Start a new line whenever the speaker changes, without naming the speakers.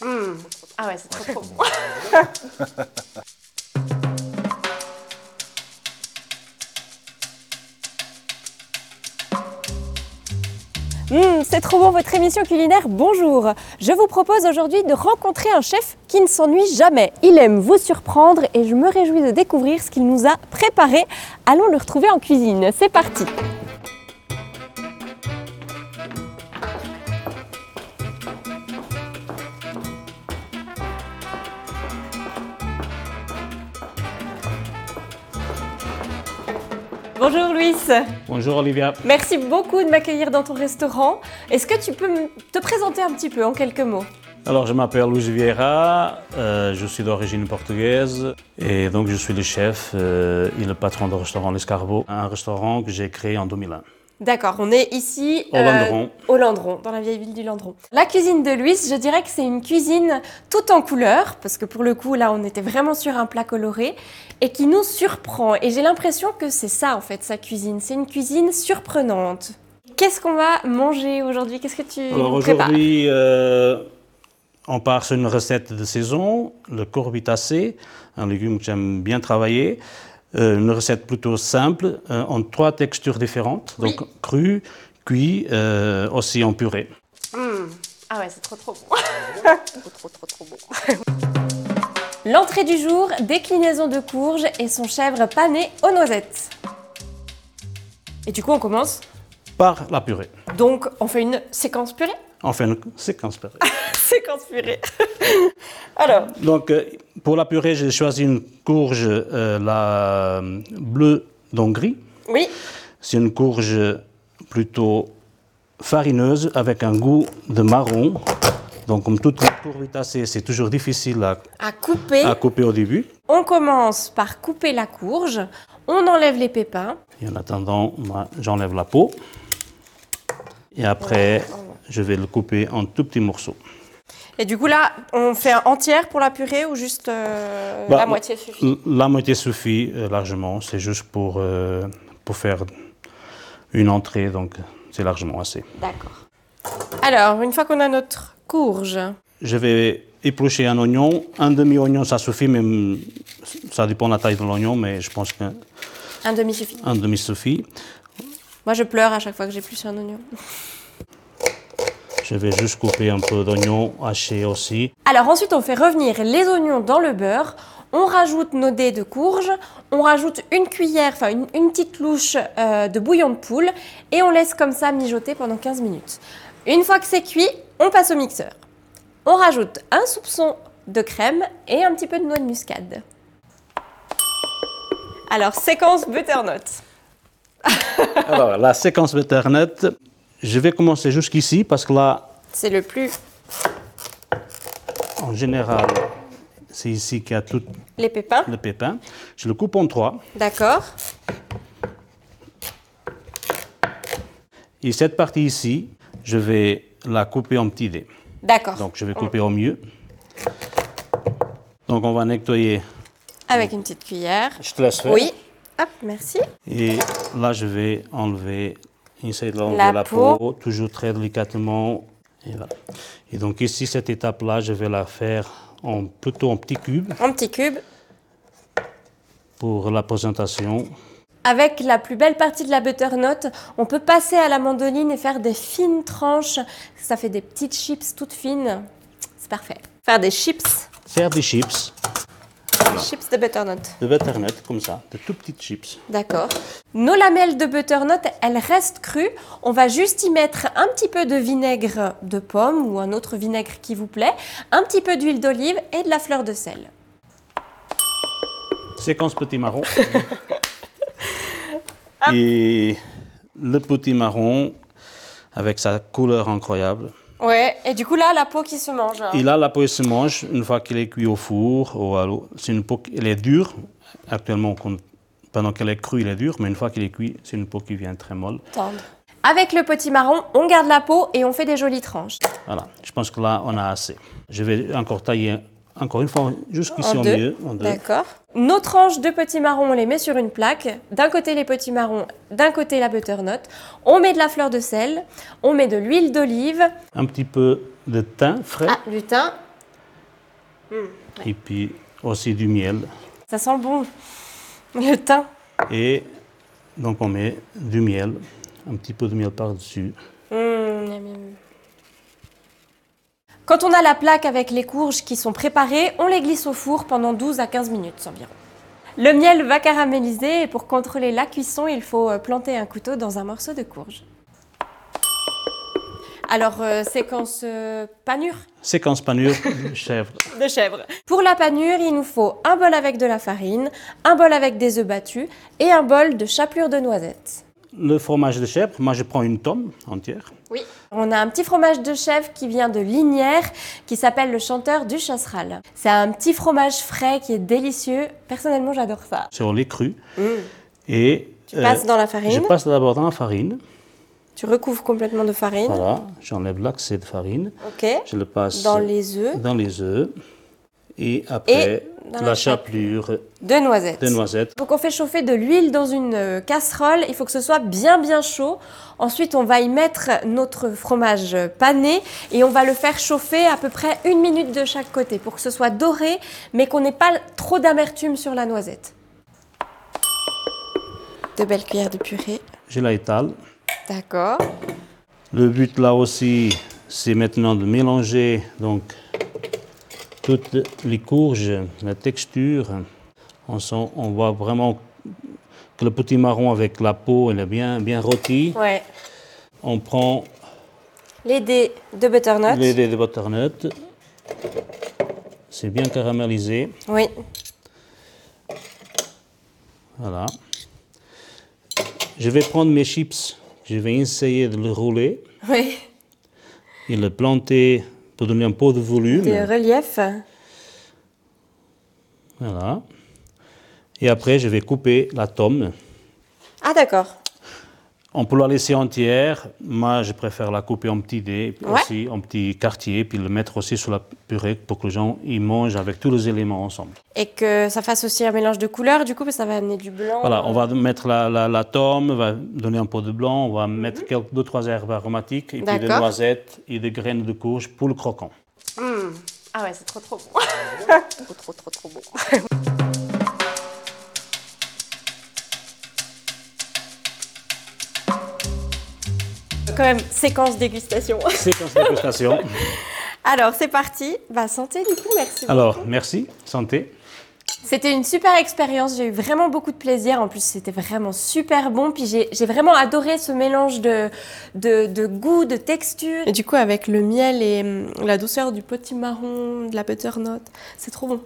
Mmh. Ah ouais, c'est trop trop bon.
Mmh, c'est trop bon votre émission culinaire, bonjour Je vous propose aujourd'hui de rencontrer un chef qui ne s'ennuie jamais. Il aime vous surprendre et je me réjouis de découvrir ce qu'il nous a préparé. Allons le retrouver en cuisine, c'est parti Bonjour Louis.
Bonjour Olivia.
Merci beaucoup de m'accueillir dans ton restaurant. Est-ce que tu peux me- te présenter un petit peu en quelques mots
Alors je m'appelle Luis Vieira, euh, je suis d'origine portugaise et donc je suis le chef euh, et le patron du restaurant L'Escarbot, un restaurant que j'ai créé en 2001.
D'accord, on est ici euh,
Au Landron.
au Landron, dans la vieille ville du Landron. La cuisine de Louis, je dirais que c'est une cuisine tout en couleurs, parce que pour le coup, là, on était vraiment sur un plat coloré, et qui nous surprend. Et j'ai l'impression que c'est ça, en fait, sa cuisine. C'est une cuisine surprenante. Qu'est-ce qu'on va manger aujourd'hui Qu'est-ce que tu
Alors
nous prépares
aujourd'hui, euh, on part sur une recette de saison, le corbitacé, un légume que j'aime bien travailler. Euh, une recette plutôt simple, euh, en trois textures différentes,
Oui.
donc cru, cuit, euh, aussi en purée.
Mmh. Ah ouais, c'est trop trop bon. trop trop trop trop bon.
L'entrée du jour, déclinaison de courge et son chèvre pané aux noisettes. Et du coup, on commence.
Par la purée.
Donc, on fait une séquence purée.
On fait une séquence purée.
séquence purée. Alors,
Donc, euh, pour la purée, j'ai choisi une courge, euh, la euh, bleue d'Hongrie.
oui,
C'est une courge plutôt farineuse avec un goût de marron. Donc, comme toute courbitacée, c'est toujours difficile à,
à couper.
à couper au début.
On commence par couper la courge. On enlève les pépins.
Et en attendant, moi, j'enlève la peau. Et après, je vais le couper en tout petits morceaux.
Et du coup, là, on fait un entière pour la purée ou juste euh,
Bah,
la moitié suffit
L- La moitié suffit euh, largement. C'est juste pour, euh, pour faire une entrée, donc c'est largement assez.
D'accord. Alors, une fois qu'on a notre courge,
Je vais éplucher un oignon. Un demi-oignon, ça suffit, même ça dépend de la taille de l'oignon, mais je pense qu'un
un demi suffit.
un demi suffit.
Moi, je pleure à chaque fois que j'épluche un oignon.
Je vais juste couper un peu d'oignon haché aussi.
Alors ensuite, on fait revenir les oignons dans le beurre. On rajoute nos dés de courge, on rajoute une cuillère, enfin une, une petite louche euh, de bouillon de poule et on laisse comme ça mijoter pendant 15 minutes. Une fois que c'est cuit, on passe au mixeur. On rajoute un soupçon de crème et un petit peu de noix de muscade. Alors, séquence butternut.
Alors, la séquence Internet, je vais commencer jusqu'ici parce que là,
C'est le plus
en général, c'est ici qu'il y a tout
les pépins.
le pépin. Je le coupe en trois.
D'accord.
Et cette partie ici, je vais la couper en petits dés.
D'accord.
Donc je vais couper au mieux. Donc on va nettoyer.
Avec une petite cuillère.
Je te laisse faire.
Oui. Hop, merci.
Et là je vais enlever, essayer de l'enlever
La
la,
peau.
peau. toujours très délicatement. Et, voilà. Et donc ici, cette étape-là, je vais la faire en, plutôt en petits cubes
Un petit cube.
pour la présentation.
Avec la plus belle partie de la butternut, on peut passer à la mandoline et faire des fines tranches. Ça fait des petites chips toutes fines. C'est parfait. Faire des chips,
Faire des chips
des chips de butternut.
de butternut, comme ça, de tout petites chips.
D'accord. Nos lamelles de butternut, elles restent crues. On va juste y mettre un petit peu de vinaigre de pomme ou un autre vinaigre qui vous plaît, un petit peu d'huile d'olive et de la fleur de sel.
Séquence petit marron. Et le petit marron avec sa couleur incroyable.
Ouais, et du coup là, la peau qui se mange.
Et là, la peau elle se mange une fois qu'elle est cuite au four ou à l'eau. C'est une peau qui elle est dure. Actuellement, qu'on- pendant qu'elle est crue, elle est dure, mais une fois qu'elle est cuite, c'est une peau qui vient très molle.
Avec le potimarron, on garde la peau et on fait des jolies tranches.
Voilà, je pense que là, on a assez. Je vais encore tailler, encore une fois, jusqu'ici
En
au
deux.
milieu. en deux.
D'accord. Nos tranches de petits marrons, on les met sur une plaque. D'un côté les petits marrons, d'un côté la butternut. On met de la fleur de sel, on met de l'huile d'olive,
Un petit peu de thym frais. Hmm.
ah, du thym,
et puis aussi du miel.
Ça sent bon. Le thym.
Et donc on met du miel, un petit peu de miel par-dessus.
Hum, miam, miam. Quand on a la plaque avec les courges qui sont préparées, on les glisse au four pendant 12 à 15 minutes environ. Le miel va caraméliser et pour contrôler la cuisson, il faut euh, planter un couteau dans un morceau de courge. Alors, euh, séquence euh, panure
Séquence panure, chèvre.
de chèvre. Pour la panure, il nous faut un bol avec de la farine, un bol avec des œufs battus et un bol de chapelure de noisettes.
Le fromage de chèvre, moi je prends une tome entière.
Oui. On a un petit fromage de chèvre qui vient de Lignières, qui s'appelle le chanteur du chasseral. C'est un petit fromage frais qui est délicieux. Personnellement, j'adore ça.
sur les crus. Et
Mm.
euh,
Tu passes dans la farine,
je passe d'abord dans la farine.
tu recouvres complètement de farine.
Voilà, j'enlève l'accès de farine.
Ok.
Je le passe
Dans les œufs
dans les œufs. Et après,
dans
la,
la
chapelure
de noisettes.
de noisettes.
Donc on fait chauffer de l'huile dans une euh, casserole, il faut que ce soit bien bien chaud. Ensuite on va y mettre notre fromage euh, pané et on va le faire chauffer à peu près une minute de chaque côté pour que ce soit doré mais qu'on n'ait pas trop d'amertume sur la noisette. Deux belles cuillères de purée,
Je la étale.
d'accord.
Le but là aussi, c'est maintenant de mélanger donc toutes les courges, la texture. On, sent- on voit vraiment que le petit marron avec la peau, elle est bien, bien rôtie.
Ouais.
On prend
Les dés de butternut.
Les, les, les butternuts, c'est bien caramélisé.
Oui.
Voilà. Je vais prendre mes chips. Je vais essayer de le rouler
Oui.
et le planter pour donner un peu de volume.
Des reliefs.
Voilà. Et après, je vais couper la tome.
Ah d'accord.
On peut la laisser entière. Moi, je préfère la couper en petits dés, puis
Ouais.
aussi en petits quartiers, puis le mettre aussi sur la purée pour que les gens y mangent avec tous les éléments ensemble.
Et que ça fasse aussi un mélange de couleurs du coup parce que ça va amener du blanc.
Voilà, on va mettre la, la, la tome, on va donner un peu de blanc, on va mettre quelques, deux, trois herbes aromatiques, et puis des
D'accord.
noisettes et des graines de courge pour le croquant.
Ah ouais, c'est trop trop bon. trop trop trop trop bon.
Quand même séquence dégustation.
Séquence dégustation.
Alors, c'est parti. Bah, santé, du coup, merci.
Alors, merci, santé.
C'était une super expérience. J'ai eu vraiment beaucoup de plaisir. En plus, c'était vraiment super bon. Puis, j'ai j'ai vraiment adoré ce mélange de, de, de goût, de texture. Et du coup, avec le miel et hum, la douceur du potimarron, de la butternut, c'est trop bon.